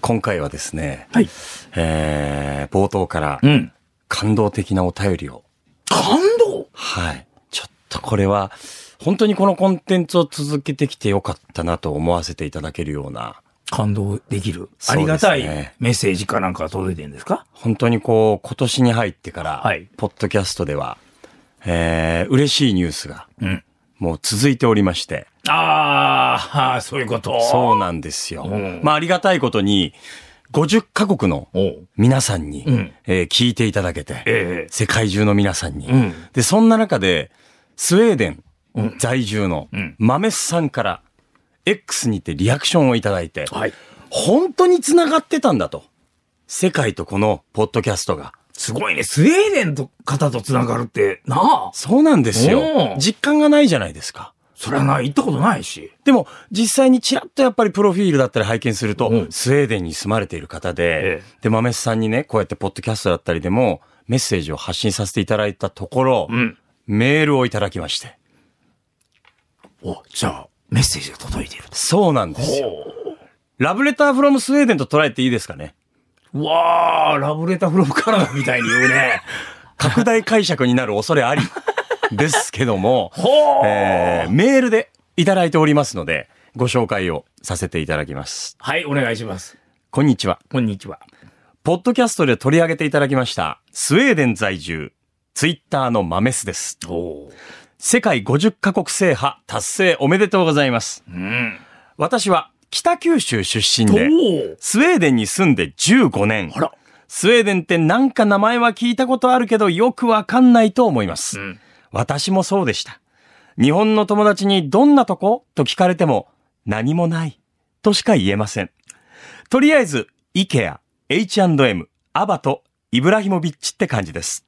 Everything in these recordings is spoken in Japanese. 今回はですね、はい。えー、冒頭からうん。感動的なお便りを、感動はい。ちょっとこれは、本当にこのコンテンツを続けてきてよかったなと思わせていただけるような、感動できる。そあうですねりがたいメッセージかなんか届いてるんですか本当にこう、今年に入ってから、はいポッドキャストでは、えー、嬉しいニュースが、うん。もう続いておりまして、ああ、そういうこと。そうなんですよ。うんまあ、ありがたいことに、50カ国のおう。皆さんに、うんえー聞いていただけて、え世界中の皆さんに、えうん。で、そんな中で、スウェーデンうん在住のうんマメスさんから、X にてリアクションをいただいて、はい。本当に繋がってたんだと。世界とこのポッドキャストが。すごいね。スウェーデンの方と繋がるって、なあ。そうなんですよお。ー実感がないじゃないですか。それはな、行ったことないし。でも、実際にちらっとやっぱりプロフィールだったり拝見すると、うんスウェーデンに住まれている方でえ、で、マメスさんにね、こうやってポッドキャストだったりでも、メッセージを発信させていただいたところ、ん。メールをいただきまして。お、じゃあ、メッセージが届いてると。そうなんですよ。ラブレターフロムスウェーデンと捉えていいですかね。うわあ、ラブレターフロムカナダみたいに言う ね。拡大解釈になる恐れありですけども、ほう、えーメールでいただいておりますので、ご紹介をさせていただきます。はい、お願いします。こんにちは。こんにちは。ポッドキャストで取り上げていただきました、スウェーデン在住、ツイッターのマメスです。おう。世界50カ国制覇達成おめでとうございます。うん。私は北九州出身おで、う。スウェーデンに住んで15年。あら。スウェーデンってなんか名前は聞いたことあるけどよくわかんないと思います。ん。私もそうでした。日本の友達にどんなとこと聞かれても何もないとしか言えません。とりあえず、IKEA、H&M、アバとイブラヒモビッチって感じです。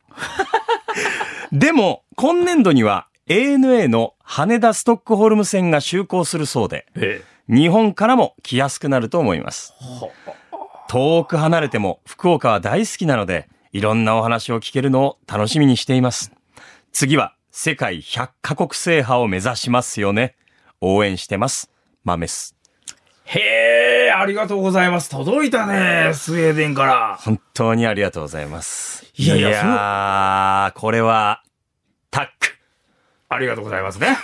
でも、今年度には ANA の羽田ストックホルム線が就航するそうで、ええ。日本からも来やすくなると思います。は遠く離れても福岡は大好きなので、いろんなお話を聞けるのを楽しみにしています。次は世界100カ国制覇を目指しますよね。応援してます。マメス。へえ、ありがとうございます。届いたね、スウェーデンから。本当にありがとうございます。いやいややーこれは、タック。ありがとうございますね。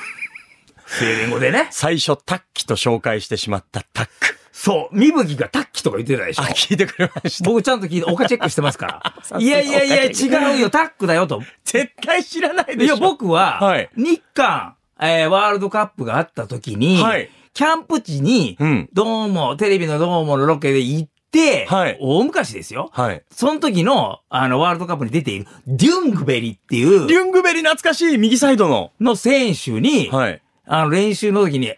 スウェーデン語でね。最初タッキと紹介してしまったタック。そう、みぶきがタッキとか言ってたでしあ、ょ。聞いてくれました。僕ちゃんと聞いて、岡チェックしてますかさら。す いがやいやいや、岡チェック違うよ、タックだよと。絶対知らないいでしょ。や、僕は、はい日韓、えーワールドカップがあった時に、はいキャンプ地に、うんどうも、テレビのどうものロケで行って、はい大昔ですよ。はい。その時の、あの、ワールドカップに出ている、デュングベリっていリう、ュングベリ懐かしい右サイドの。の選手に、はい。あの、練習の時に、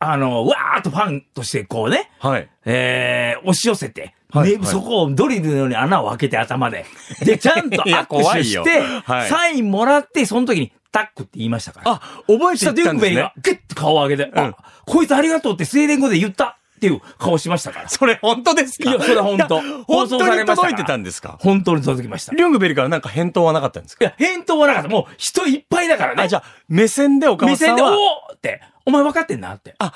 あの、わーっとファンとしてこうね、はい。えー、押し寄せて、はいねはいそこをドリルのように穴を開けて頭で。 で、ちゃんといや握怖手いしよて、はいサインもらって、その時にタックって言いましたから。あ、覚えていそしたらデっュたーんでクベすリねが。グッと顔を上げて、うんあ、こいつありがとうってスウェーデン語で言ったっていう顔しましたから。それ本当ですかいやそれ本当いや放本送さ当れにましたから届いてたんですか本当に届きました。いリュングベリからなんか返答はなかったんですかや、返答はなかった。もう人いっぱいだからあ、ねじ。ゃあ、目線で岡目本さ線んで、おーは、って、お前分かってんなって。あ、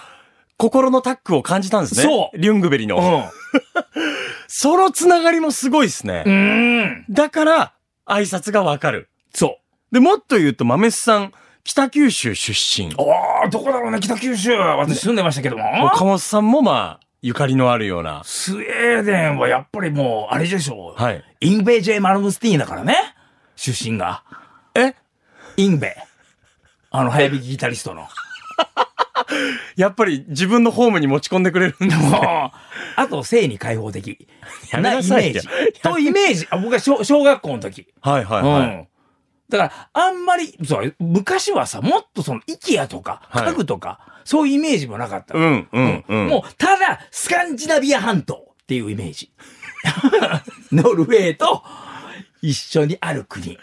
心のタックを感じたんですね。そうリュングベリうん。の。うそのつながりもすごいですね。ーん。だから、挨拶がわかる。そう。で、もっと言うと、豆須さん、北九州出身。おー、どこだろうね、北九州。私住んでましたけども。岡本さんもまあ、ゆかりのあるような。スウェーデンはやっぱりもう、あれでしょう。はい。インベイ・ジェイ・マルムスティーンだからね。出身が。えインベイ。あの、早弾きギタリスト の。もやっぱり自分のホームに持ち込んでくれるんだうあと、性に開放的。やめなさいイメージやめ。とイメージ。あ僕は小小学校の時。はいはいはい。うん。だから、あんまり、そう、昔はさ、もっとその、イケアとか、はい家具とか、そういうイメージもなかった。うん、うん、うん。もう、ただ、スカンジナビア半島っていうイメージ。 ノルウェーと一緒にある国。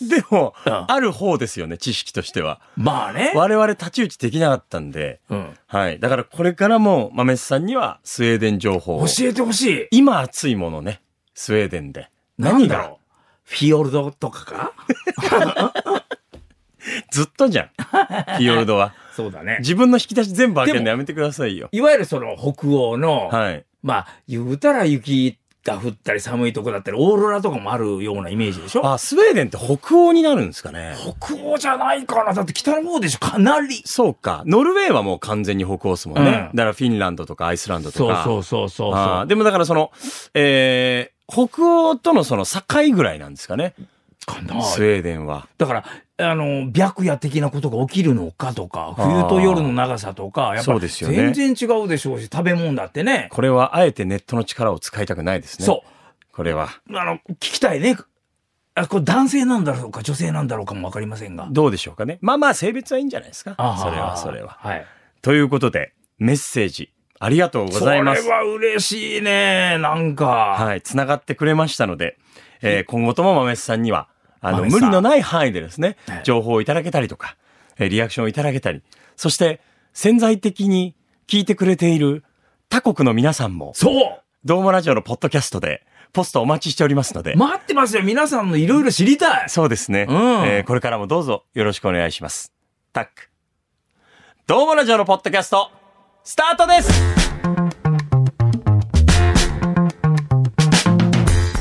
でも、うんある方ですよね、知識としては。まあね。我々立ち打ちできなかったんで、うん、はい。だからこれからも、マメスさんにはスウェーデン情報を。教えてほしい。今熱いものね、スウェーデンで。何だろう。フィヨルドとかかうずっとじゃん。フィヨルドは。そうだね。自分の引き出し全部開けるのやめてくださいよ。いわゆるその北欧の、はい。まあ、言うたら雪が降ったり寒いとこだったり、オーロラとかもあるようなイメージでしょあ、スウェーデンって北欧になるんですかね。北欧じゃないかなだって北の方でしょかなり。そうか。ノルウェーはもう完全に北欧ですもんね。うんだからフィンランドとかアイスランドとそうか。そうそうそうあそーう。でもだからその、えー、北欧とのその境ぐらいなんですかね。かなスウェーデンは。だから、あの、白夜的なことが起きるのかとか、冬と夜の長さとか、やっそぱうですよね全然違うでしょうし、食べ物だってね。これはあえてネットの力を使いたくないですね。。そうこれは。う。あの、聞きたいね。あ、これ男性なんだろうか、女性なんだろうかもわかりませんが。どうでしょうかね。まあまあ性別はいいんじゃないですか。あーそれはそれは。はい。ということで、メッセージありがとうございますそ。れは嬉しいね。なんか。はい、繋がってくれましたので、えー今後とも豆さんには、あの、豆さ無ん理のない範囲でですねはい、情報をいただけたりとか、えーリアクションをいただけたり、そして、潜在的に聞いてくれている他国の皆さんも、そうドームラジオのポッドキャストで、ポストお待ちしておりますので、待ってますよ。皆さんのいろいろ知りたい。そうですね、うんえーこれからもどうぞよろしくお願いします。タック。ドームラジオのポッドキャスト、スタートです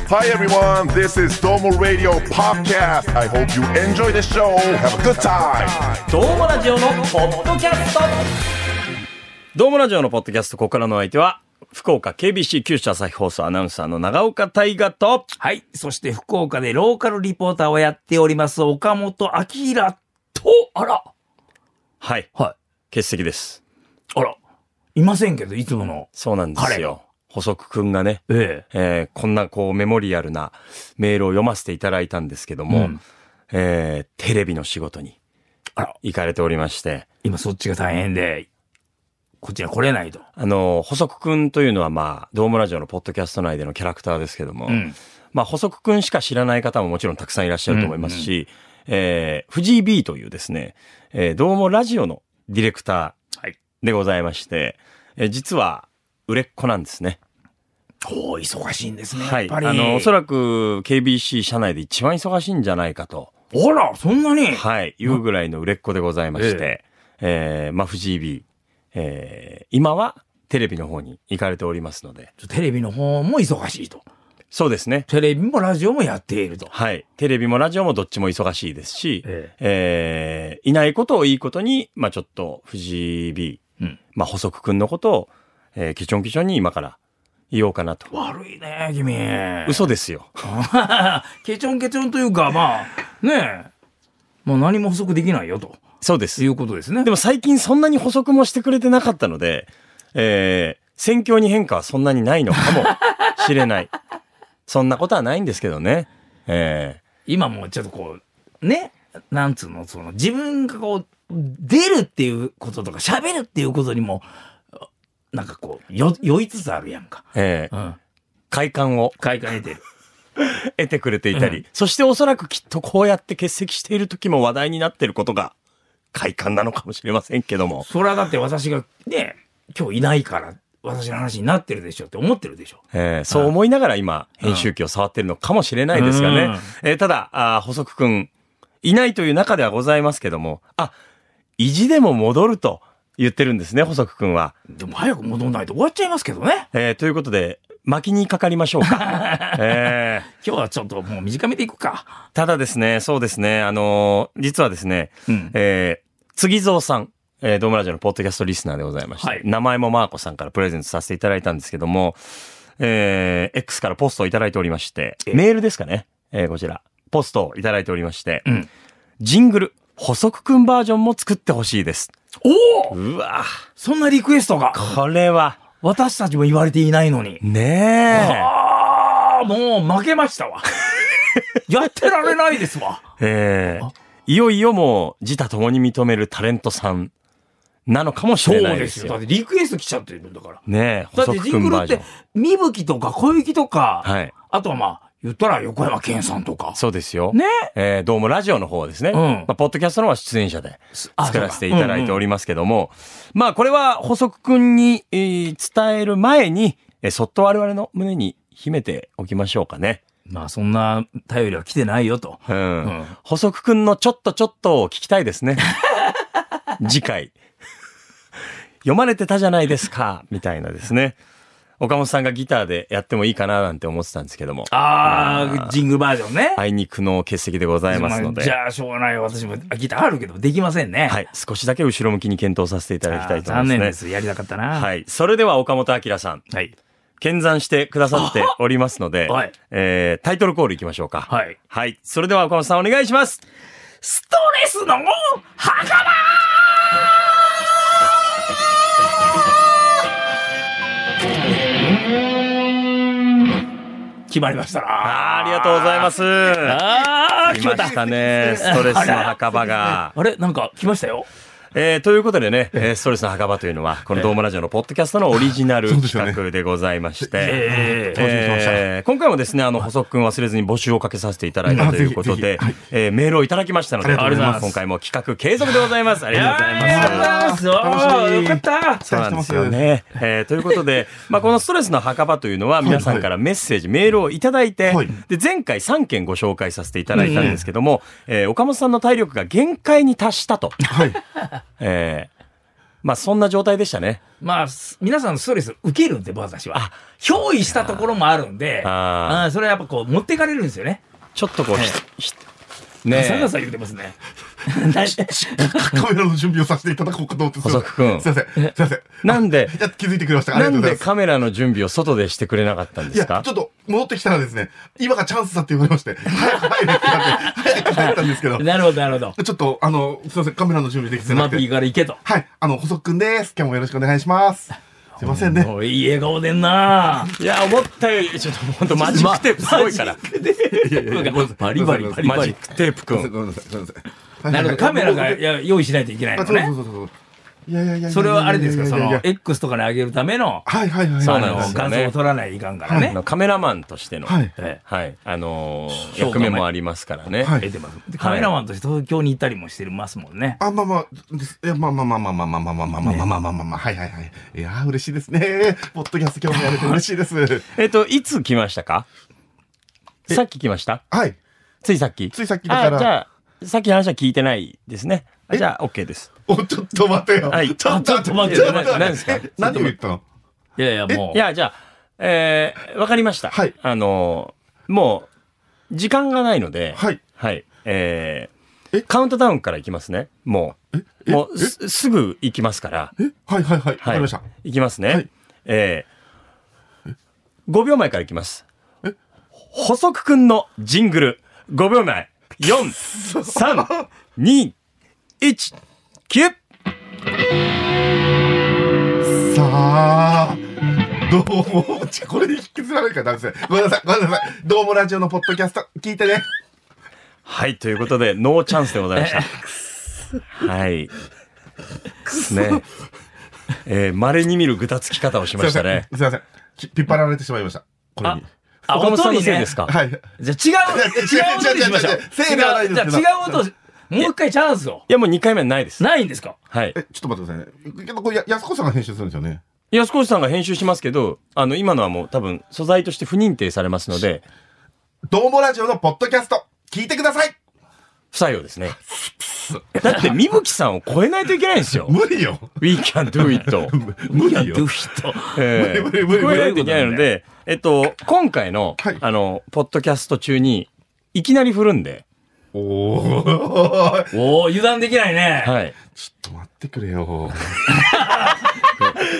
Hi everyone, this is Domo Radio Podcast. I hope you enjoy the show. Have a good time. どうもラジオのポッドキャストどうもラジオのポッドキャスト、ここからのお相手は、福岡 KBC 九州朝日放送アナウンサーの長岡大河と、はい。そして福岡でローカルリポーターをやっております、岡本明と、あら。はい、はい。欠席です。あら。いませんけど、いつもの。そうなんですよ。補足くんがね、ええーこんなこうメモリアルなメールを読ませていただいたんですけども、うんえーテレビの仕事にあら。行かれておりまして、今そっちが大変で、こっちら来れないと。あの、補足くんというのはまあ、ドームラジオのポッドキャスト内でのキャラクターですけども、うん。まあ、補足くんしか知らない方ももちろんたくさんいらっしゃると思いますし、えー、藤井 B というですね、えー、どうもラジオのディレクタはい。ーでございまして、えー実は売れっ子なんですね。おー忙しいんですね。はやっい。ぱり。あの、おそららく KBC 社内で一番忙しいんじゃないかと、あら、そんなに。はい、いうぐらいの売れっ子でございまして、えー、まあ、藤井 B、えー、今はテレビの方に行かれておりますので、テレビの方も忙しいと。そうですね。テレビもラジオもやっていると。はい。テレビもラジオもどっちも忙しいですし、ええーいないことをいいことに、まあちょっと、藤井 B、うんまあ補足くんのことを、えー、ケチョンケチョンに今から言おうかなと。悪いね、君。嘘ですよ。ケチョンケチョンというか、まあ、ねえ。もう何も補足できないよ、とそうでいす。うことですね。でも最近そんなに補足もしてくれてなかったので、えー、戦況に変化はそんなにないのかもしれ ない。そんなことはないんですけどね。え今もうちょっとこう、ね、なんつうの、その自分がこう、出るっていうこととか喋るっていうことにも、なんかこう、よ、酔いつつあるやんか。ーえーうん。快感を快感得てる。得てくれていたり、うんそしておそらくきっとこうやって欠席している時も話題になっていることが快感なのかもしれませんけども。それはだって私がね、今日いないから、私の話になってるでしょって思ってるでしょ。えーそう思いながら今、編集機を触ってるのかもしれないですがね。うんえーただ、あー補足くん、いないという中ではございますけども、あ、意地でも戻ると言ってるんですね、補足くんは。でも早く戻んないと終わっちゃいますけどね。えーということで、巻きにかかりましょうか。 えー今日はちょっともう短めていくか。ただですね、そうですね、あのー実はですね、うんえー、次蔵さん、えー、ドームラジオのポッドキャストリスナーでございまして、はい名前もマーコさんからプレゼントさせていただいたんですけども、えー、X からポストをいただいておりまして、えメールですかね、えー、こちら、ポストをいただいておりまして、うんジングル、補足くんバージョンも作ってほしいです。おおうわそんなリクエストがこれは、私たちも言われていないのに。ねああ、もう負けま したわ。やってられないですわ。え、えー、いよいよもう、自他共に認めるタレントさん、なのかもしそうれないでですすよ。よ。だってリクエスト来ちゃってるんだから。ねえ、だ補って足ジくンんグルバーっジョてン。、みぶきとか小雪とか、はい。あとはまあ、言ったら横山健さんとか。そうですよ。ねえーどうもラジオの方ですね。うんまあ、ポッドキャストの方は出演者であ作らせていただいておりますけども、まあこれは補足くんに、えー伝える前に、えーそっと我々の胸に秘めておきましょうかね。まあ、そんな頼りは来てないよと。うん。うん補足くんのちょっとちょっとを聞きたいですね。 次回。読まれてたじゃないですか、みたいなですね。岡本さんがギターでやってもいいかななんて思ってたんですけども、ああ、ジングルバージョンね。あいにくの欠席でございますので、じゃあ、しょうがない。私もギターあるけど、できませんね。はい、少しだけ後ろ向きに検討させていただきたいと思いま残すね。念です。やりたかったな。はい。それでは岡本明さん、はい。検算してくださっておりますので、はいえー、タイトルコールいきましょうか。はい。はい。それでは岡本さんお願いします。ストレスの墓場決まりましたなあーありがとうございます。あー来決ままったしたね。ストレスの墓場が。あれなんか来ましたよえー、ということでね、えーストレスの墓場というのは、このドームラジオのポッドキャストのオリジナル企画でございまして、えええー今回もですね、あの、補足くん忘れずに募集をかけさせていただいたということで、えーメールをいただきましたので、ありがとうございます今回も企画継続でございます。ありがとうございます。ありがとうございます楽しみおーよかったそうなんですよね。えーということで、まあ、このストレスの墓場というのは、皆さんからメッセージ、メールをいただいて、はいで、前回3件ご紹介させていただいたんですけども、えー岡本さんの体力が限界に達したと。はい。えーまあ、そんな状態でしたね。まあ、す皆さんのストレス受けるんで、私は。憑依したところもあるんで、あーあーそれはやっぱこう、持っていかれるんですよね。ちょっとこう、ひ、ひ、ね サえガさん言うてますね。何カメラの準備をさせていただこうかと思って。すいませ細くんすいません。すいません。なんで、いや、気づいてくれました。ありながとうんございでます。カメラの準備を外でしてくれなかったんでいすや、かちょっと、戻ってきたらですね、今がチャンスだって言われまして、早く入れって言われて、早く入ったんですけ ど、なるほど、なるほど。ちょっと、あの、すいません、カメラの準備できてスマなくピーて。から行けと。はい、あの、細くんです。今日もよろしくお願いします。すいませんね。おい、いい笑顔でんないや、思ったより、ちょっと本当マジックテープすごいから。いやいやいやごめんなさいバリバリバリマジックテープくん。ごめんなさい、ごめんなさい。ごめんななさるほいど、カメラがいや用意しないといけないのあ、そうそうね。そうそう。いやいやいやいやいやいやいや。それはあれですか、そいやいのや、いや X とかに上げるための、はいはいはい。そうあなんのですよ、ね画像を撮らないといかんからあね。のカメラマンとしての、はい。えはい、あのーそう役目もありますからね。はいえ出てます。でカメラマンとして東京に行ったりもしてますもんね。あ、まあまあ、ですいや、まあまあまあまあまあまあまあまあまあまあまあまあまあまあ、はいはいはい。いやー、嬉しいですね。ポッドキャスト興味あると嬉しいです。えっ、と、いつ来ましたかさっき来ましたはい。ついさっきついさっきだからあじゃあ、さっきの話は聞いてないですね。あじゃあ、OK です。お、ちょっと待てよ。はいちょっと待てあちょっと待てよちょっとな何待でてすかえ何を言ったのいやいや、もいや、じゃあ、えー、わかりました。はいあのーもう、時間がないので、はい。はい。ええー、カウントダウンからいきますね。もう、えもうす、すぐ行きますから。えはいはいはい。わかはい。りました。いきますね。はいえー、5秒前からいきます。補足くんのジングル、5秒前、4、3、2、1、9! さあ、どうも、ちこれに引きずられるからダメですね。ごめんなさい、ごめんなさい。どうもラジオのポッドキャスト、聞いてね。はい、ということで、ノーチャンスでございました。 はい。ね。えー、稀に見るぐたつき方をしすいまましせたん。ね。すいません。き引っ張られてしまいました。これに。う、あ岡本さんの音にねせいですか、はい。いじゃあ違う、違う音にしましょ違う違う違う違うせいではなう。いですけどじゃあ違う音し、もう一回チャンスを。いや、もう2回目はないです。ないんですかはい。え、ちょっと待ってくださいね。けどこれ、や安子さんが編集するんですよね。安越さんが編集しますけど、あの、今のはもう多分、素材として不認定されますので、どうもラジオのポッドキャスト、聞いてください不採用ですね。だって、みぶきさんを超えないといけないんですよ。 無理よ We can do it. 無理よドゥヒット。ええ無理無理無理超えないといけないの無理で、えっと、今回の、はいあの、ポッドキャスト中に、いきなり振るんで、おーいおお油断できないね。はい。ちょっと待ってくれよ。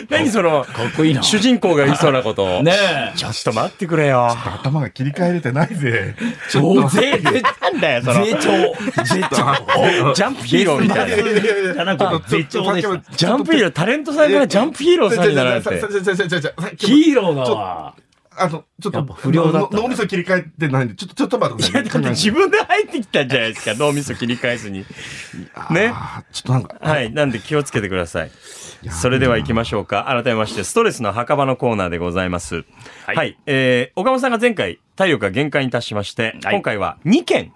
何その、かっこいいな。主人公が言いそうなこと を。ねえ。ちょっと待ってくれよ。頭が切り替えれてないぜ。ちょっと税、税なんだよ、その。税調。税調。ジャンプヒーローみたいな。じゃなくて、税調でした。ジャンプヒーロー、タレントさんからジャンプヒーローさんになられて。ヒーローがわ。あの、ちょっやとっぱ、不良だったね脳みそ切り替えてないんで、ちょっと、ちょっと待ってくださいね。自分で入ってきたじゃないですか、脳みそ切り返すに。 ね。あーちょっとなんか、はい。なんで気をつけてください。それでは行きましょうか。改めまして、ストレスの墓場のコーナーでございます。はいえー、岡本さんが前回、体力が限界に達しまして、はい今回は2件。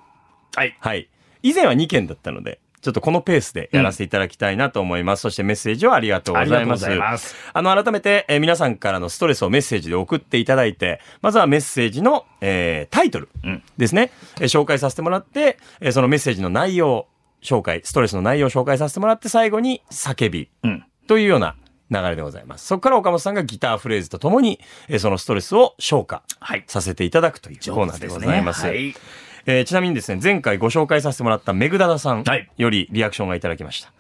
はい。はい。以前は2件だったので、ちょっとこのペースでやらせていただきたいなと思います。そしてメッセージをありがとうございます。ありがとうございますあの、改めて、えー皆さんからのストレスをメッセージで送っていただいて、まずはメッセージの、えータイトルうんですね、えー紹介させてもらって、えーそのメッセージの内容を紹介、ストレスの内容を紹介させてもらって、最後に叫びうん。というような流れでございます。そこから岡本さんがギターフレーズとともに、えーそのストレスを消化はいさせていただくというコーナーでございます。はい。えーちなみにですね、前回ご紹介させてもらったメグダダさんはいよりリアクションがいただきました。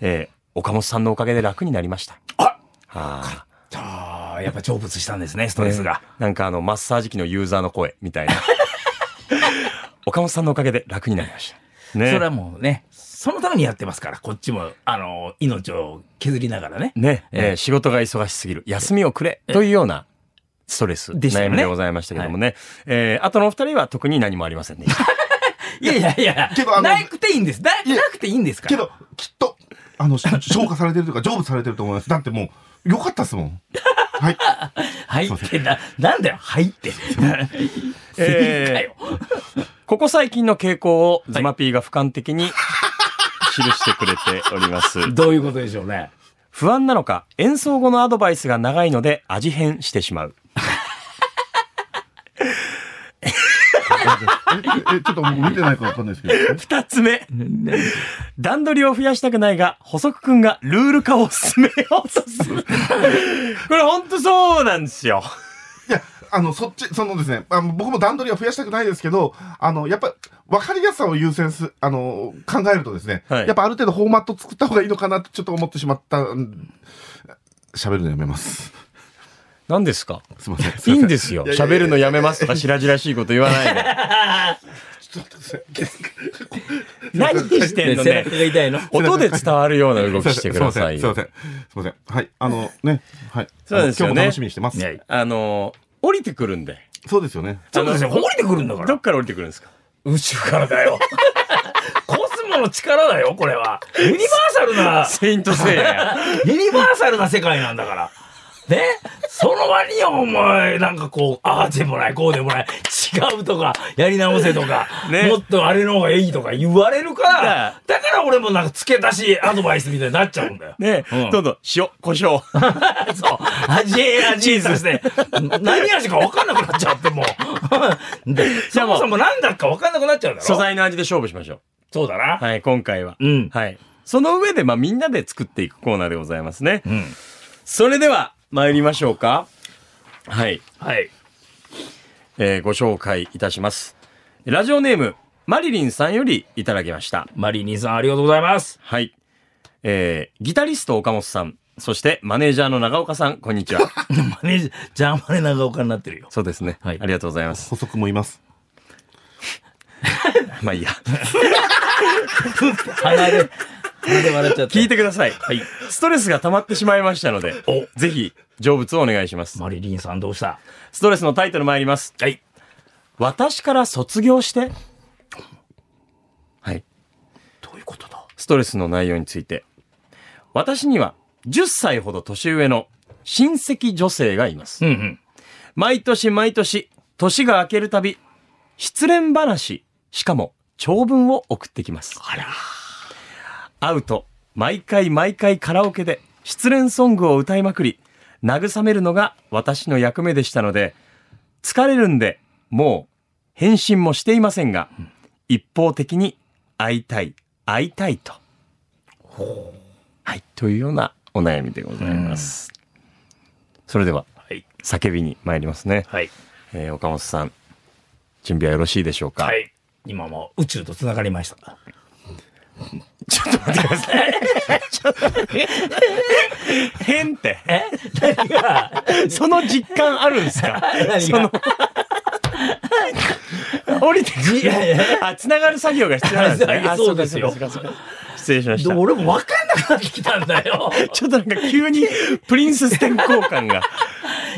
えー岡本さんのおかげで楽になりました。あはあああ、やっぱ成仏したんですね、ストーレスが。なんかあの、マッサージ機のユーザーの声みたいな。 岡本さんのおかげで楽になりました。ね。それはもうね、そのためにやってますから、こっちも、あの、命を削りながらね。ね、えええー仕事が忙しすぎる、休みをくれ、というようなストレス、でしたよ悩ねみでございましたけどもね。えーあとのお二人は特に何もありませんでした。 いやいやいや、けどあのなくていいんです。なやなくていいんですから。けど、きっと、あの、し消化されてるというか、成仏されてると思います。だってもう、よかったですもん。はい。はいってな、なんだよ、はい って。正解よ。ここ最近の傾向をズマピーが俯瞰的に記してくれております。 どういうことでしょうね。不安なのか、演奏後のアドバイスが長いので味変してしまう。え、えちょっと僕見てないからわかんないですけど。二つ目。段取りを増やしたくないが、細くくんがルール化を進めようとする。これほんとそうなんですよ。いや、あの、そっち、そのですね、あの僕も段取りは増やしたくないですけど、あの、やっぱ、分かりやすさを優先す、あの、考えるとですね、はいやっぱある程度フォーマット作った方がいいのかなってちょっと思ってしまったん。喋るのやめます。何ですかすいません。すいまいせんですよ。いやいやいや喋るのやめますとか、白々しいこと言わないで。ちょっとすいません何してんのね背。中が痛いの。 音で伝わるような動きしてくださいすいまよせ。ん。すいません。すいません。はい。あの、ね。はい。そうですよねあの今日も楽しみにしてます。ねあの、降りてくるんで。そうですよね。そうですよ、降りてくるんだかどら。っから降りてくるんですか宇宙からだよ。 コスモの力だよ、これは。ユニバーサ ルな、セイントセイヤや。ユニバーサルな世界なんだから。ねその割にはお前、なんかこう、ああでもない、こうでもない、違うとか、やり直せとか、ねもっとあれの方がいいとか言われるから、だから俺もなんか付け足しアドバイスみたいになっちゃうんだよ。ね、うんどんどん塩、胡椒。そう。味変味変させて、何味か分かんなくなっちゃって、も う。で、じゃそあももうそも何だか分かんなくなっちゃうだろ。素材の味で勝負しましょそうだなう。。はい、今回は。うんはい。その上で、まあみんなで作っていくコーナーでございますね。うん。それでは、参りましょうか。はい。はい。えーご紹介いたします。ラジオネーム、マリリンさんよりいただきました。マリーニーさん、ありがとうございます。はい。えーギタリスト岡本さん、そしてマネージャーの長岡さん、こんにちは。マネージャー、ジャーマネ長岡になってるよ。 そうですね。はいありがとうござい ます。補足もいます。まあいいや。鼻で、鼻で笑っちゃった。聞いてください。はい。ストレスが溜まってしまいましたので、 おぜひ、成仏をお願いします。マリリンさんどうしたストレスのタイトル参ります。はい。私から卒業して。はい。どういうことだストレスの内容について。私には10歳ほど年上の親戚女性がいます。うんうん。毎年毎年、年が明けるたび、失恋話、しかも長文を送ってきます。あら。会うと、毎回毎回カラオケで失恋ソングを歌いまくり、慰めるのが私の役目でしたので、疲れるんで、もう返信もしていませんが、一方的に会いたい、会いたいと。はい、というようなお悩みでございます。それでは、はい。叫びに参りますね。はい。えー岡本さん、準備はよろしいでしょうかはい。今も宇宙と繋がりましたから。ちょっと待ってください。ちょっと待って変って。え何がその実感あるんですか何そがの、降りてくるいやいや。あ、繋がる作業が必要なんですねそうですよあ。そうかそうかそうか失礼しましどた。う俺も分かんなくなってきたんだ よ。ちょっとなんか急にプリンセス転校感が。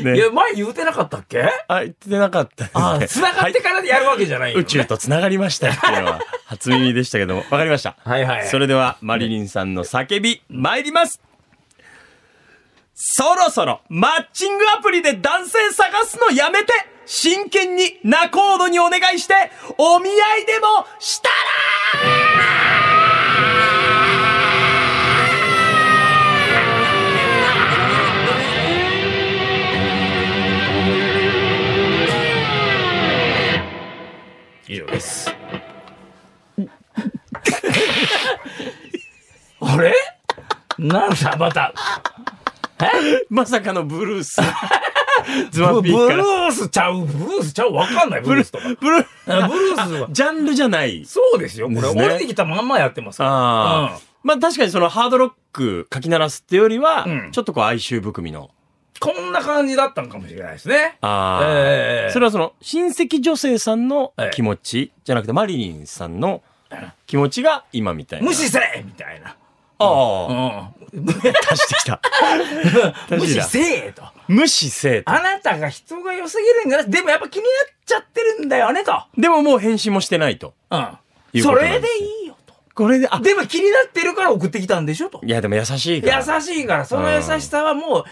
ね、いや、前言うてなかったっけあ、言ってなかったですねああ、繋がってからやるわけじゃないよ宇ね。宙と繋がりましたよっていうのは初耳でしたけども、わかりました。はいはいはいそれでは、マリリンさんの叫び、参りますそろそろ、マッチングアプリで男性探すのやめて真剣に、ナコードにお願いして、お見合いでもした以上です。あれなんだまた。まさかのブルー ス。ズブマブピーかルら。ースちゃう、ブルースちゃう、わかんない、ブルースとか。ブルー、あブルースは。ジャンルじゃない。そうですよ、これ。ですね降りてきたまんまやってますから。ああ、うんまあ確かにそのハードロックかき鳴らすってよりは、うんちょっとこう哀愁含みの。こんな感じだったのかもしれないですね。ああ、ええそれはその親戚女性さんのええ気持ちじゃなくてマリリンさんの気持ちが今みたいな。無視せえみたいな。ああ、 うん。足してきた。無視だせえと。無視せえと。あなたが人が良すぎるんじゃないでもやっぱ気になっちゃってるんだよねと。でももう返信もしてないと。ういうん。そことなんれですねでいいよと。これで、あ、でも気になってるから送ってきたんでしょとい。やでも優しいから。優しいから、その優しさはも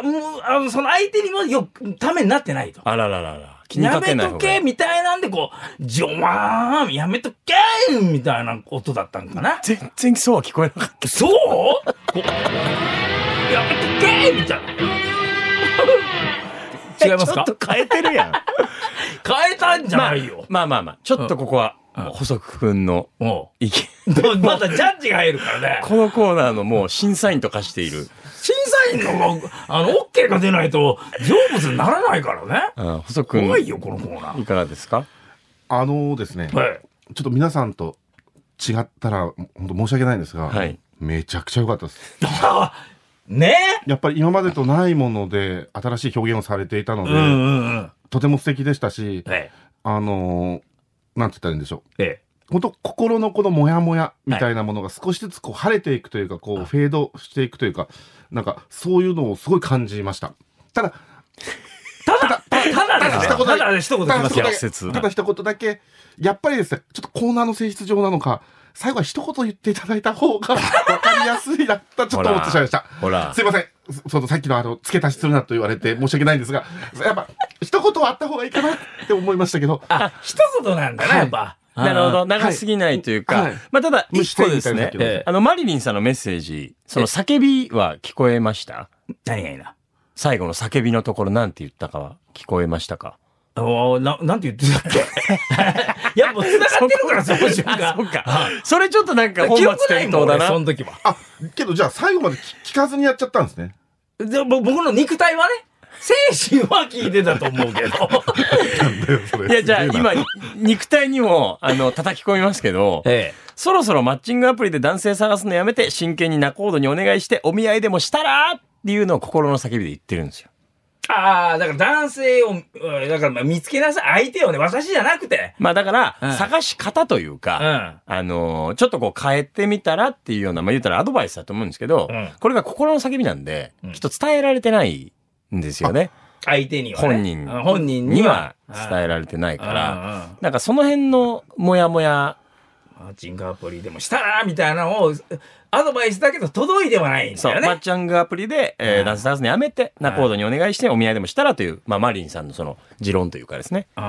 う、もう、あの、その相手にもよ、ためになってないと。あらららら。気にやかけめないと方がけみたいなんで、こう、ジョワーンやめとけーみたいな音だったんかな。全然そうは聞こえなかっそうこやめとけーみた。たいな。違いますかちょっと変えてるやん。変えたんじゃまなあいよ。、まあまあまあ、ちょっとここは、うん細くくんのお意見。 うまだジャッジが入るからね。このコーナーのもう審査員と化している、審査員のが、あの、OK が出ないと、成仏にならないからね。うん、細くん、怖いいよ、このコーナかがですかあのですね、ー。はい。ちょっと皆さんと違ったら、本当申し訳ないんですが、はいめちゃくちゃ良かったです。あねやっぱり今までとないもので、新しい表現をされていたのうで、んうんうん。とても素敵でしたし、えあのーなんて言ったらいいんでしょう。え。え本当心のこのモヤモヤみたいなものが少しずつこう晴れていくというか、こうフェードしていくというか、なんかそういうのをすごい感じました。ただ、ただ、ただですね。ただで一言た言いだま一すよ逆説言だ。けただ一言だけ、やっぱりですね、ちょっとコーナーの性質上なのか、最後は一言言っていただいた方がわかりやすいなったちょっと思ってしまいました。ほらす、いません。そそのさっきのあの、付け足しするなと言われて申し訳ないんですが、やっぱ、一言はあった方がいいかなって思いましたけど、あ、一言なんだな、やっぱ。なるほあど、長すぎないというか、はいまあただ、無一視点個みたいですねなだけどええ、あの、マリリンさんのメッセージ、その叫びは聞こえましたー。何がいいな。最後の叫びのところなんて言ったかは聞こえましたかおーな、なんて言ってた っけいや、もう繋がってるから、その瞬あ、そう間。か。それちょっとなんか本記末憶ない転もん、倒だ俺、そな。の時は。あ、けどじゃあ最後まで聞聞かずにやっちゃったんですね。でぼ僕の肉体はね、精神は聞いてたと思う けど。 いや、じゃあ今、肉体にも、あの、叩き込みますけど、ええ。そろそろマッチングアプリで男性探すのやめて、真剣に仲人にお願いして、お見合いでもしたらっていうのを心の叫びで言ってるんですよ。ああ、だから男性を、うんだからまあ見つけなさい。相手をね、私じゃなくて。まあだから、うん探し方といううか、ん。あのーちょっとこう変えてみたらっていうような、まあ言うたらアドバイスだと思うんですけど、うんこれが心の叫びなんで、うんきっと伝えられてないんですよね。相手には、ね。本人うん本人には。伝えられてないかうんうんうんら、なんかその辺のモヤモヤ、マッチングアプリでもしたらみたいなのをアドバイスだけど届いてはないんそだう、よマッね。チングアプリで、えうー、んダンスダンスのやめて、仲人にお願いしてお見合いでもしたらという、まあマリンさんのその持論というかですね。うん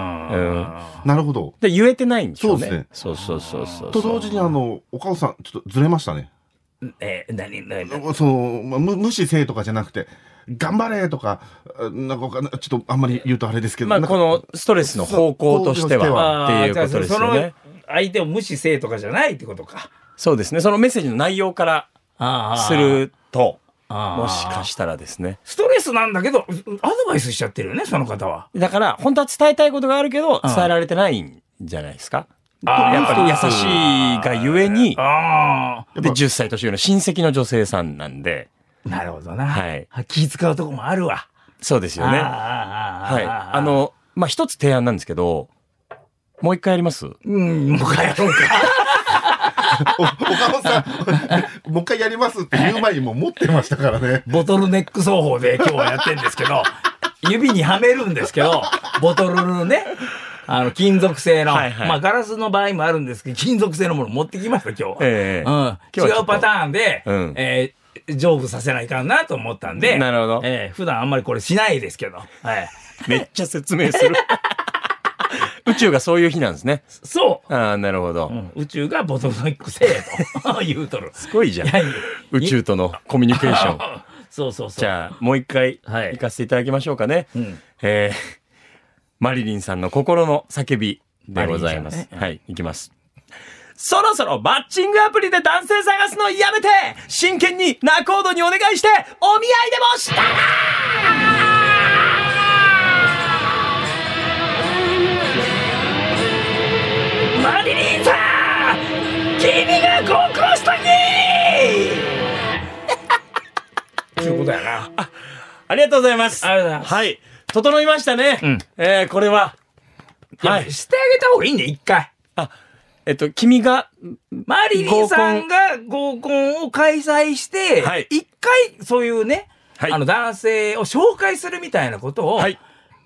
なるほど。で、言えてないんでしょうね。そうですねそうそうそうそうと同時にあの、岡尾さん、ちょっとずれましたね。えー、何何何その、ま無無視せえとかじゃなくて、頑張れとか、あなんかわかんないちょっとあんまり言うとあれですけど、まあなんかこのストレスの方向としてそうは、っていうーことですじゃあよそのね。相手を無視せえとかじゃないってことか。そうですね。そのメッセージの内容からすると、もしかて。したらですね。ストレスなんだけど、アドバイスしちゃってるよね、その方は。だから、本当は伝えたいことがあるけど、うん伝えられてないんじゃないですか。あーやっぱり優しいがゆえに、あで、10歳年上の親戚の女性さんなんで、あ。なるほどな。はい。気使うとこもあるわ。そうですよね。はあーあーあーい。あーあの、まあ、一つ提案なんですけど、もう一回やりますうん、もう一回やろ うか。お岡尾さん、 もう一回やりますって言う前にもう持ってましたからね。ボトルネック奏法で今日はやってんです けど、指にはめるんですけど、ボトルのね、あの、金属製の、はいはいまあ、ガラスの場合もあるんですけど、金属製のもの持ってきました、今日は。ええ今日はうんちょっと違うパターンで、うんえー丈夫させないかんなと思ったんで、なるほどええ普段あんまりこれしないですけど、はい。めっちゃ説明する。宇宙がそういう日なんですね。そう、ああ、なるほど。うん宇宙がボトルネック製と言うとる。すごいじゃんいやいや。宇宙とのコミュニケーション。そうそうそう。じゃあ、もう一回、はい行かせていただきましょうかね。んえーマリリンさんの心の叫びでございます。マリリンさんはい、行きます。そろそろマッチングアプリで男性探すのやめて真剣に仲人にお願いしてお見合いでもしたらマリリンさん君が合コ ンしたきっていうことやな。ありがとうございます。ありがとうございますはい。整いましたね。んえーこれは。ははいい。。してあげた方がいいんだよ、一回。あ、えっと、君が、マリリンさんが合コンを開催してはい、一回そういうね、はいあの男性を紹介するみたいなことをはい、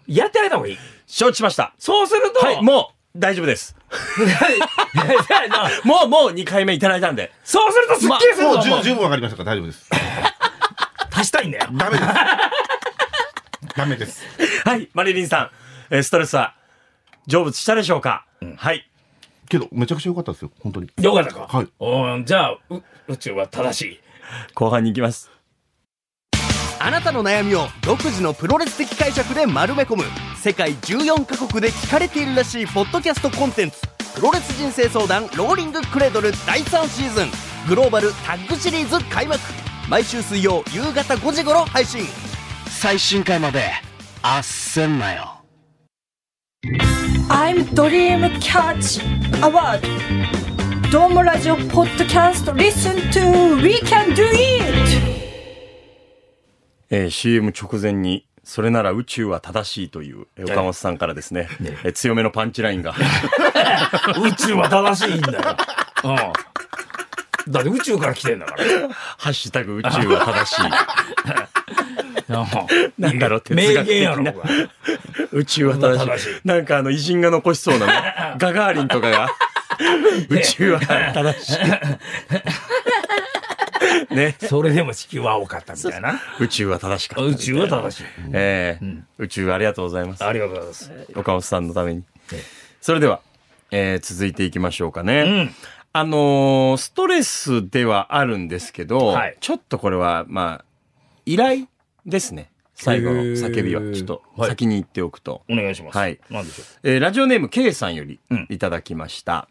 やってあげた方がいい。承知しました。そうすると、はい、もう、大丈夫です。 もう、もう2回目いただいたんで。そうするとすっきりするもとう思う十。十分わかりましたから大丈夫です。足したいんだよ。ダメです。 ダメです。はい、マリリンさん、えーストレスは、成仏したでしょうか、はい。けど、めちゃくちゃ良かったですよ、本当に。よかったか。はいおーじゃあ、う宇宙は正し い。後半に行きます。あなたの悩みを独自のプロレス的解釈で丸め込む世界14カ国で聞かれているらしいポッドキャストコンテンツ「プロレス人生相談ローリングクレードル」第3シーズングローバルタッグシリーズ開幕毎週水曜夕方5時頃配信最新回まであっせんなよ I'm Dream Catch Award ドームラジオポッドキャスト Listen to We Can Do It えー CM 直前に、それなら宇宙は正しいという、えー岡本さんからです ね、えー強めのパンチライ ンが。宇宙は正しいんだよ。うん。だって宇宙から来てんだから。ハッシュタグ宇宙は正しい。なんだろう、哲名学言的やろ、なこ。れ 宇宙は正しい。正しいなんかあの、偉人が残しそうな ね。ガガーリンとかが。宇宙は正し い。ね。それでも地球は多かったみたいな。宇宙は正しかった。宇宙は正しい。ええ宇宙ありがとうございます。ありがとうございます。岡本さんのために。それでは、えー続いていきましょうかね。あのーストレスではあるんですけど、はいちょっとこれは、まあ、依頼ですね。最後のへー叫びは、ちょっとはい先に言っておくと。お願いします。はいなんでしょう。えーラジオネーム K さんよりうんいただきました。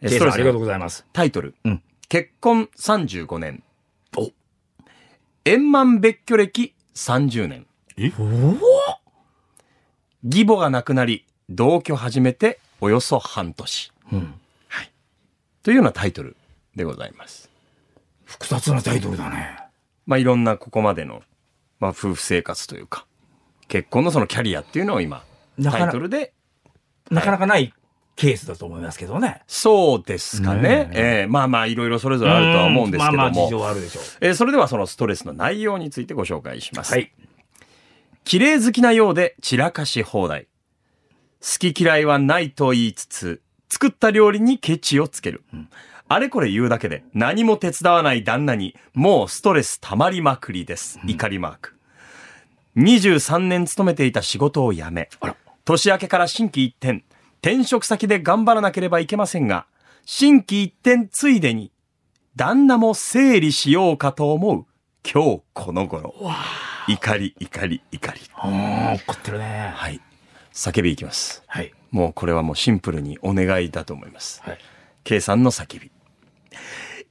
えーケイストさレスん、ありがとうございます。タイトル、うん結婚35年。お円満別居歴30年。義母が亡くなり、同居始めておよそ半年。うんはい。というようなタイトルでございます。複雑なタイトルだね。まあ、いろんなここまでの、まあ、夫婦生活というか、結婚のそのキャリアっていうのを今、なかなタイトルで、なかなかないケースだと思いますけどね。そうですかね。ええまあまあ、いろいろそれぞれあるとは思うんですけども。まあまあ事情はあるでしょう。えーそれではそのストレスの内容についてご紹介します。はい。綺麗好きなようで散らかし放題。好き嫌いはないと言いつつ、作った料理にケチをつける。あれこれ言うだけで何も手伝わない旦那にもうストレス溜まりまくりです。怒りマーク。23年勤めていた仕事を辞め、年明けから新規一転、転職先で頑張らなければいけませんが、新規一転ついでに、旦那も整理しようかと思う、今日この頃。怒り、怒り、怒り。うん、怒ってるね。はい。叫びいきます。はい。もうこれはもうシンプルにお願いだと思います。はい。 K さんの叫び。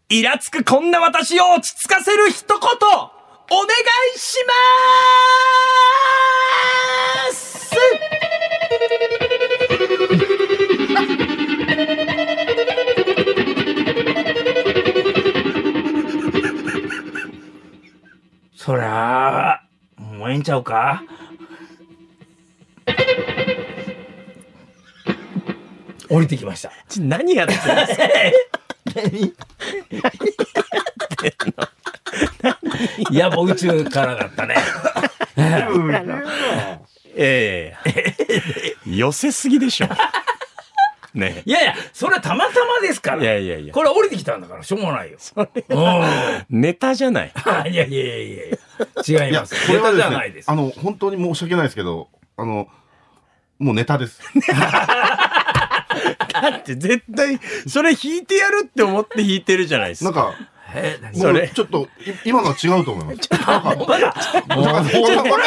イラつくこんな私を落ち着かせる一言お願いしまーすそりゃあ、もうええんちゃうか降りてきました。ち何やってんですかやっぱ宇宙からだったね。 ええ寄せすぎで しょ。ねいやいや、それはたまたまですから。いやいやいやこれは降りてきたんだから、しょうがないよ。うん。え。ネタじゃない。いやいやいやいや違いいまや、こす。れネはタでじすゃね、ないですあ。の、本当に申し訳ないですけど、あの、もうネタ です。だって絶対、それ弾いてやるって思って弾いてるじゃないですなんか。か、えー、何それもうちょっと、い今のは違うと思い ます。なんかもうバカわかんな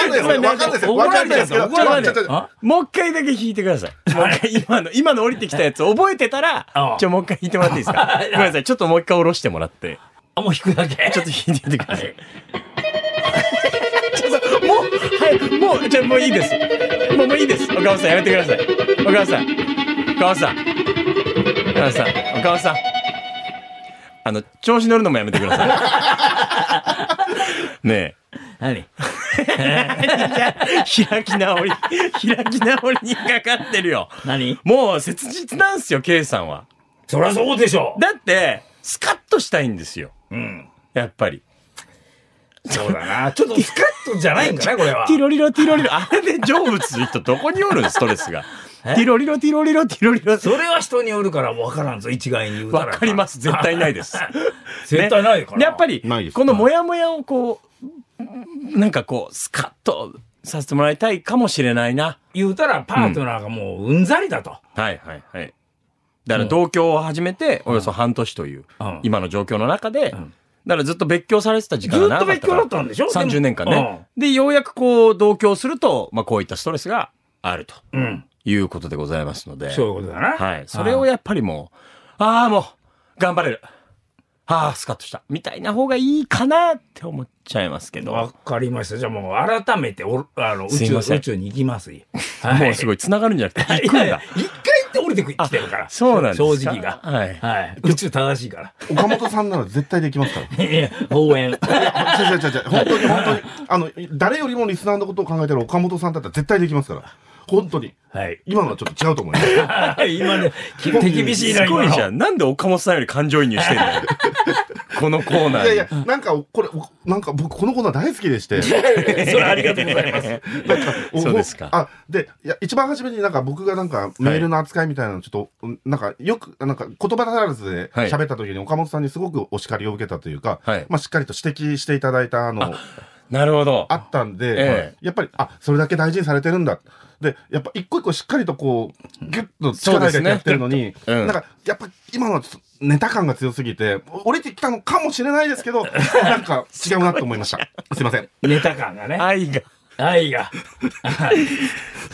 いですよ。わかんないですよ。 わかんな怒らないいですけど。ちょっとちょっとあもう一回だけ弾いてください。もう一回今の、今の降りてきたやつ覚えてたあらあ、ちょ、もう一回弾いてもらっていいです かごめんなさい。ちょっともう一回下ろしてもらって。あ、もう引くだけ。ちょっと弾いてみてください。ちょっともう、早く、もう、じゃあもういいです。もう、もういいです。岡本さん、やめてください。岡本さん。岡本さん。岡本さん。岡本さん。あの、調子乗るのもやめてください。ね何え、 開き直り、開き直りにかかってるよ。何もう切実なんですよ、K さんは。そりゃそうでしょだって、スカッとしたいんですよ。うん。やっぱり。そうだな。 ちょっとスカッとじゃないんかな、これは。ティロリロティロリロ。あれで成仏する人どこにおるんストレスが。 ティロリロティロリロティロリロ。それは人によるから分からんぞ、一概に言うたらわかります。絶対ないです。 絶対ないから。ねやっぱりないで、すこのモヤモヤをこう、なんかこう、スカッとさせてもらいたいかもしれないな。言うたら、パートナーがもううんざりだと。はいはいはい。だから同居を始めて、およそ半年といううん、今の状況の中でん、だからずっと別居されてた時ず間っがなとかっ別たか居らだった んでしょ30年間ね。。で、ようやくこう、同居すると、まあこういったストレスがあるとでもうん。うんいうことでございますので。そういうことだな。はい。それをやっぱりもう、ああ、もう、頑張れる。ああ、スカッとした。みたいな方がいいかなって思っちゃいますけど。わかりました。じゃあもう改めておあの宇すい宙ません宇宙に行きます。もうすごい、繋がるんじゃなくて、行くん いやだ。一回行って降りてきてるか ら。そうなんですか正直が。はいはい。宇宙正しいか岡本さんなら絶対でき ますから。ら。いや応援。違う違う違う違う本当に本当に。あの、誰よりもリスナーのことを考えてる岡本さんだったら絶対できますから。本当に。はい。今のはちょっと違うと思います。今ね、手厳しいな、すご今いじゃの。ん。なんで岡本さんより感情移入してんだよ。このコーナーいに。やいや、なんか、これ、おなんか僕、このコーナー大好きでし て。それありがとうござ います。なんかおそうですかあ、で、いや、一番初めになんか僕がなんかメールの扱いみたいなのちょっと、うんなんかよく、なんか言葉足らずではい喋った時に岡本さんにすごくお叱りを受けたというか、はいまあしっかりと指摘していただいたのあなるほど。ったんで、ええやっぱり、あ、それだけ大事にされてるんだ。で、やっぱ一個一個しっかりとこう、ギュッとそう力で入すれてねやってるのに、うんなんか、やっぱ今のはちょっとネタ感が強すぎて、降りてきたのかもしれないですけど、なんか違うなと思いました。すいません。ネタ感がね。愛が。愛が。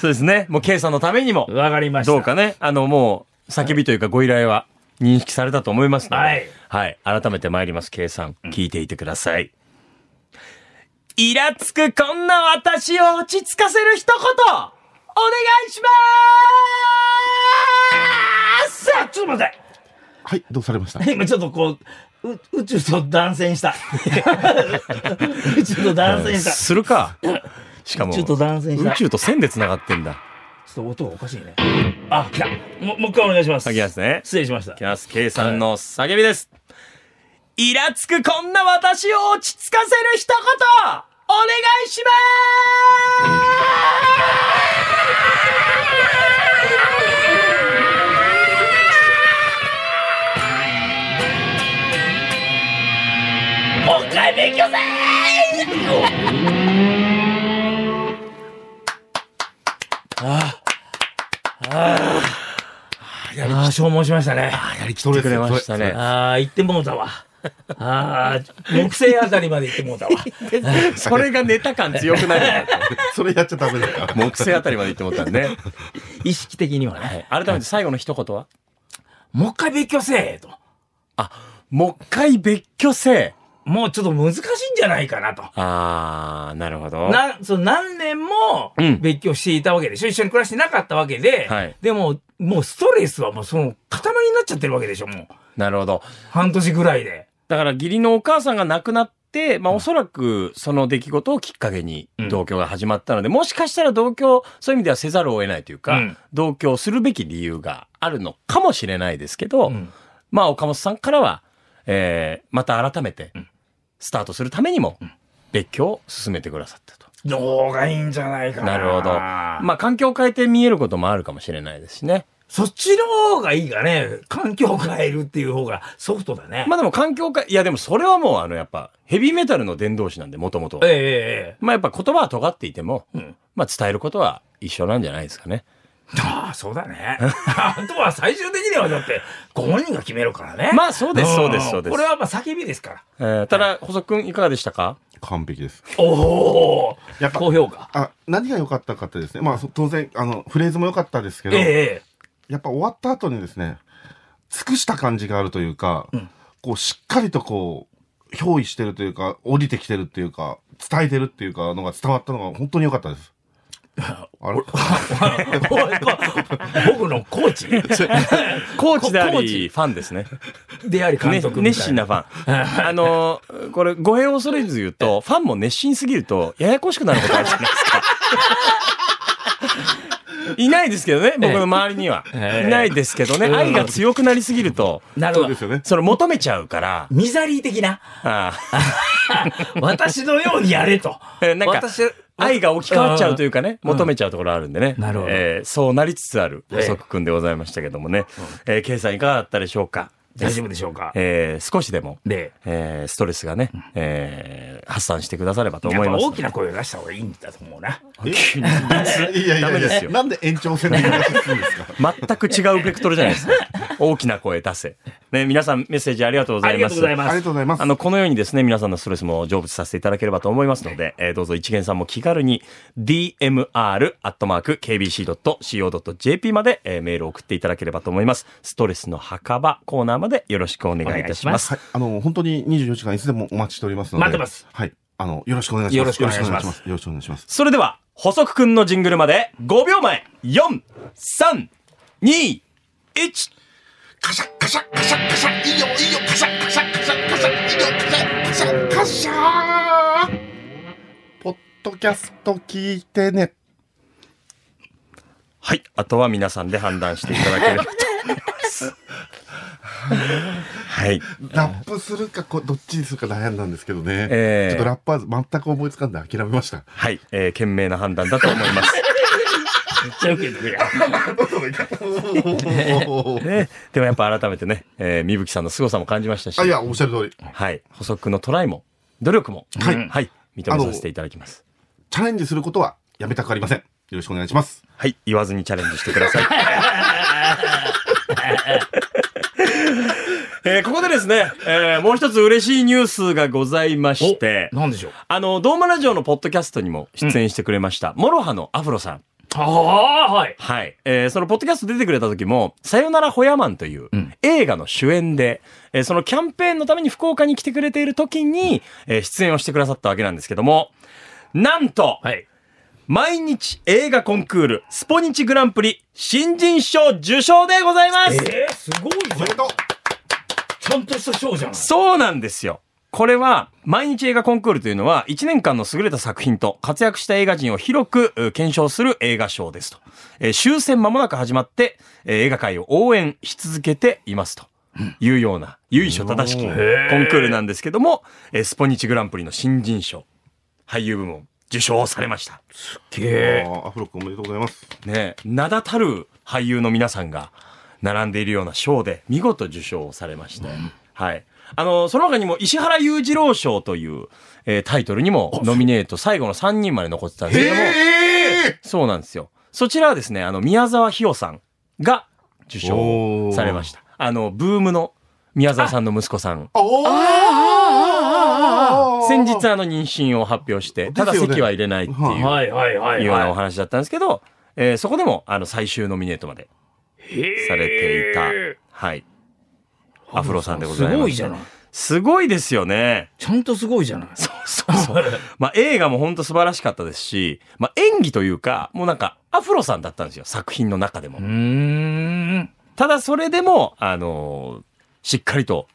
そうですね。もう、K さんのためにも、わかりました。どうかね、あの、もう、叫びというかご依頼は認識されたと思いますので、はいはい。改めて参ります、K さん。聞いていてください。イラつくこんな私を落ち着かせる一言、お願いしまーすあ、ちょっと待っはい、どうされ ましたて。今ちょっとこう、う宇宙と断線した。宇宙と断線した。する か。しかも、宇宙と断線した宇宙と線で繋がってん だ。ちょっと音がおかしいね。あ、来た。もう、もう一回お願いします。先きますね。失礼しましたき。ます。K さんの叫びです。イラつくこんな私を落ち着かせる一言お願いしもう一回勉強せーああ。ああ、消耗しましたね。ますやりきってくれましたね。ああ、行ってもうたわ。ああ、木星あたりまで行ってもうたわ。 それがネタ感強くなる。それやっちゃダメだから。 木星あたりまで行ってもったんね。 意識的にはね。改めて最後の一言はもう一回勉強せえと。もう一回別居せ。もうちょっと難しいんじゃないかなと。あー、なるほど。な、その何年もうん別居していたわけでしょ、一緒に暮らしてなかったわけで、はいでも、もうストレスはもうその塊になっちゃってるわけでしょもう。なるほど。半年ぐらいで。だから義理のお母さんが亡くなって、まあおそらくその出来事をきっかけにうん同居が始まったので、もしかしたら同居、そういう意味ではせざるを得ないというか、うん同居するべき理由があるのかもしれないですけど、うんまあ岡本さんからは、えー、また改めてんスタートするためにも、別居を進めてくださったと。の方がいいんじゃないかなな。るほど。まあ環境を変えて見えることもあるかもしれないですしね。そっちの方がいいがね、環境を変えるっていう方がソフトだね。まあでも環境を変え、いやでもそれはもうあのやっぱヘビーメタルの伝道師なんでもともと。ええええええまあやっぱ言葉は尖っていても、うんまあ伝えることは一緒なんじゃないですかね。ああ、そうだ ね。あとは最終的にはだって、ご本人が決めるからね。まあそうですんそうですそうですこれはまあ叫びですから。えーただ、細くんいかがでしたか完璧です。おおやっぱ高評価。あ、何が良かったかってですね。まあ、そ当然、あの、フレーズも良かったですけど、ええやっぱ終わった後にですね、尽くした感じがあるというか、こう、しっかりとこう、憑依してるというか、降りてきてるっていうか、伝えてるっていうか、のが伝わったのが本当に良かった です。あれおいこ僕のコーチコーチであココーり、チファンですね。であり監ね督み熱た心いな。なフ ァン。あのーこれ、語弊を恐れず言うと、ファンも熱心すぎると、ややこしくなることあるじゃないです か。いないですけどね、僕の周りには。ええいないですけどね、愛が強くなりすぎると、なるそうほでどす。よね。それ求めちゃうから、ミザリー的な。あ私のようにやれと。あ なんか、私愛が置き換わっちゃうというかね、求めちゃうところあるんでね。なるほどえーそうなりつつある、ええ細く君でございましたけどもね。えー、ケイさんいかがだったでしょうか大丈夫でしょうか。えー少しでも、で、えーストレスがね、えー発散してくださればとや思っいぱます。大きな声を出した方がいいんだと思うな。 急にいやいダメですよなんで延長戦の話するんですか全く違うベクトルじゃないです か。大きな声出せ。ね、皆さんメッセージありがとうござあいりまがとうすござい。あますりが。とうございますあ。の、このようにですね、皆さんのストレスも成仏させていただければと思いますので、えーどうぞ一元さんも気軽に dmr.kbc.co.jp まで、えーメールを送っていただければと思います。ストレスの墓場コーナーまでよろしくお願いいたします。はい、あの、本当に24時間いつでもお待ちしておりますので。待ってます。はい。あの、よろしくお願いします。よろしくお願いしますよろしくお願いします。それでは、補足くんのジングルまで5秒前 !4、3、2、1! カシャカシャカシャカシャいいよいいよカシャカシャカシャカシャいいよカシャカシャカシャポッドキャスト聞いてね。はい。あとは皆さんで判断していただければと思い ます。はい。ラップするか、こどっちにするか悩んだんですけどね。えーちょっとラッパーズ全く思いつかんで諦め ました。はい。えー、賢明な判断だと思います。 ね、でもやっぱ改めてね、えー、みぶきさんの凄さも感じましたしあ、い、や、おっしゃる通り。はい。補足のトライも、努力も、はい認めさせていただきます。チャレンジすることはやめたくありません。よろしくお願いします。はい。言わずにチャレンジしてください。えーここでですね、えーもう一つ嬉しいニュースがございまして、なんでしょう。あの、ドーマラジオのポッドキャストにも出演してくれました、モロハのアフロさん。ああ、はい。はい。えーそのポッドキャスト出てくれた時も、さよならホヤマンという映画の主演で、えーそのキャンペーンのために福岡に来てくれている時に、えー出演をしてくださったわけなんですけども、なんと、はい。毎日映画コンクール、スポニチグランプリ、新人賞受賞でございます、えー、すごいおめでじゃん。とうちゃんとした賞じゃない。そうなんですよ。これは、毎日映画コンクールというのは、1年間の優れた作品と活躍した映画人を広くえー検証する映画賞ですと。えー終戦間もなく始まって、えー映画界を応援し続けていますと。いうような、由緒正しきコンクールなんですけども、えースポニチグランプリの新人賞、俳優部門、受賞されました。えあーアフロ君おめでとうございます。ねえ名だたる俳優の皆さんが並んでいるような賞で見事受賞をされまして、はい。あの、その他にも石原裕次郎賞という、えータイトルにもノミネート最後の3人まで残ってたんですけども、そうなんですよ。そちらはですね、あの、宮沢ひよさんが受賞されました。あの、ブームの宮沢さんの息子さん。先日あの妊娠を発表して、ただですよね席は入れないっていう。ー、はいはいはいいうようなおは話だったんですけど、えーそこでもあの最終ノミネートまでい。へーされていた、はい。アフロさんでございます。すごいじゃない。。すごいですよね。ちゃんとすごいじゃない。そうそう。 まあ映画も本当素晴らしかったですし、まあ演技というか、もうなんかアフロさんだったんですよ、作品の中でもう。ーん。ただそれでも、あのーしっかりと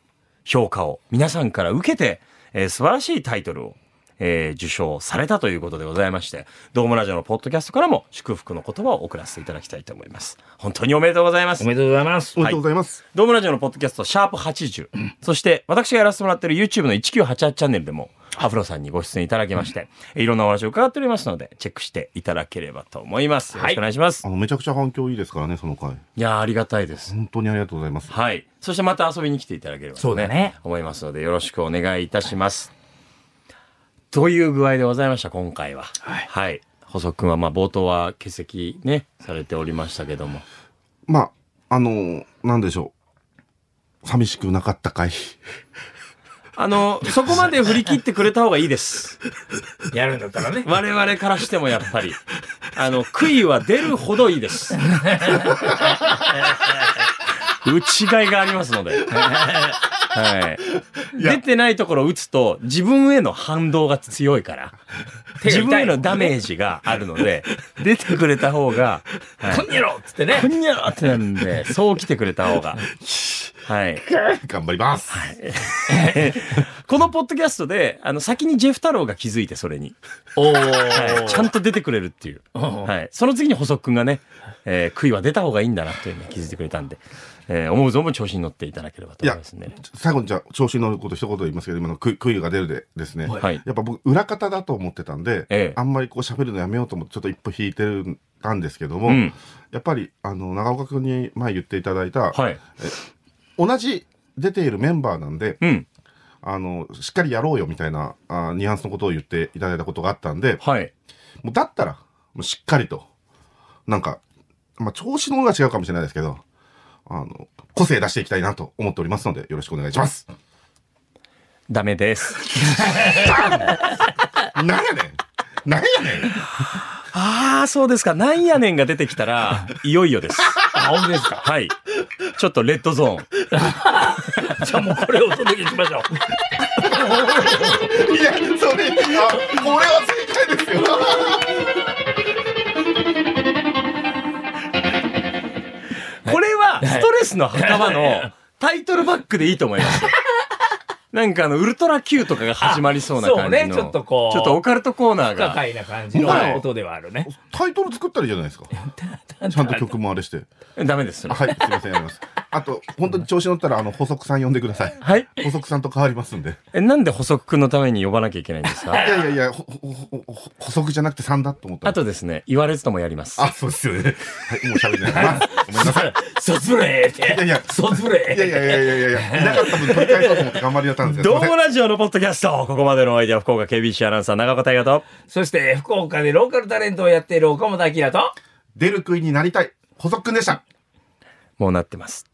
評価を皆さんから受けて、えー素晴らしいタイトルを、えー受賞されたということでございまして、ドームラジオのポッドキャストからも祝福の言葉を送らせていただきたいと思います。本当におめでとうございますお。めでとうございますお。めでとうございます。ドームラジオのポッドキャスト、シャープ80。そして、私がやらせてもらってる YouTube の1988チャンネルでも、アフロさんにご出演いただきまして、えーいろんなお話を伺っておりますので、チェックしていただければと思います。よろしくお願いします。あの、めちゃくちゃ反響いいですからね、その回。い、やーありがたいです。本当にありがとうございます。はい。そしてまた遊びに来ていただければとそうだね思いますので、よろしくお願いいたします。という具合でございました、今回は。はい。細くんはまあ冒頭は欠席ね、されておりましたけども。まあ、あの、なんでしょう。寂しくなかっ たかい。あの、そこまで振り切ってくれた方がいいです。やるんだったらね。我々からしてもやっぱり。あの、悔いは出るほどいいです。打ちがいがありますので。はい。出てないところを打つと、自分への反動が強いから、手が自痛い分へのダメージがあるので、出てくれた方が、はいこんにゃろっつってねふ。にゃーってなるんで、そう来てくれた方 が。はい。頑張ります。このポッドキャストで、あの、先にジェフ太郎が気づいて、それに。おお、はいちゃんと出てくれるっていう。はい。その次に細くんがね、えー、悔いは出た方がいいんだなというのに気づいてくれたんで、えー思う存分調子に乗っていただければとい思やいますね。、最後にじゃあ、調子に乗ること一言言いますけど、今の悔悔いが出るでですね。はいやっぱ僕、裏方だと思ってたんで、ええあんまりこう喋るのやめようと思って、ちょっと一歩引いてるたんですけども、うんやっぱり、あの、長岡君に前言っていただいた、はい。同じ出ているメンバーなんで、うん。あの、しっかりやろうよみたいなあニュアンスのことを言っていただいたことがあったんで、はい。もうだったら、もうしっかりと、なんか、まあ、調子の方が違うかもしれないですけど、あの、個性出していきたいなと思っておりますので、よろしくお願いします。ダメです。なんやねんなんやねんああ、そうですか。なんやねんが出てきたら、いよいよです。あ、本当ですか。はい。ちょっとレッドゾーン。じゃあもうこれをお届けしましょう。いや、それ、あ、これは正解ですよ。これは、ストレスの墓場のタイトルバックでいいと思いますよ。なんかあの、ウルトラ Q とかが始まりそうな感じの。そうねちょっとこうちょっとオカルトコーナー 不可が。解な感じのはい音ではあるね。タイトル作ったらいいじゃないですか。ちゃんと曲もあれして。ダメです。それあはい、すいません、やります。あと、本当に調子乗ったら、あの、補足さん呼んでください。はい。補足さんと変わりますんで。え、なんで補足くんのために呼ばなきゃいけないん ですいかやいやいや、ほほほほ補足じゃなくて3だと思ったあ。とですね、言われずともやります。あ、そうですよね。はい、もう喋れない。まあ ごめんなさい。卒ブレーって。いやいや卒ブいやいレやいやいやいやいや、だから多分取り返そうと思って頑張りやったんですけどど。うもラジオのポッドキャストここまでのお相手は福岡 KBC アナウンサー長岡大和と、ーそして、福岡でローカルタレントをやっている岡本明と、出る杭になりたい。補足くんでした。もうなってます。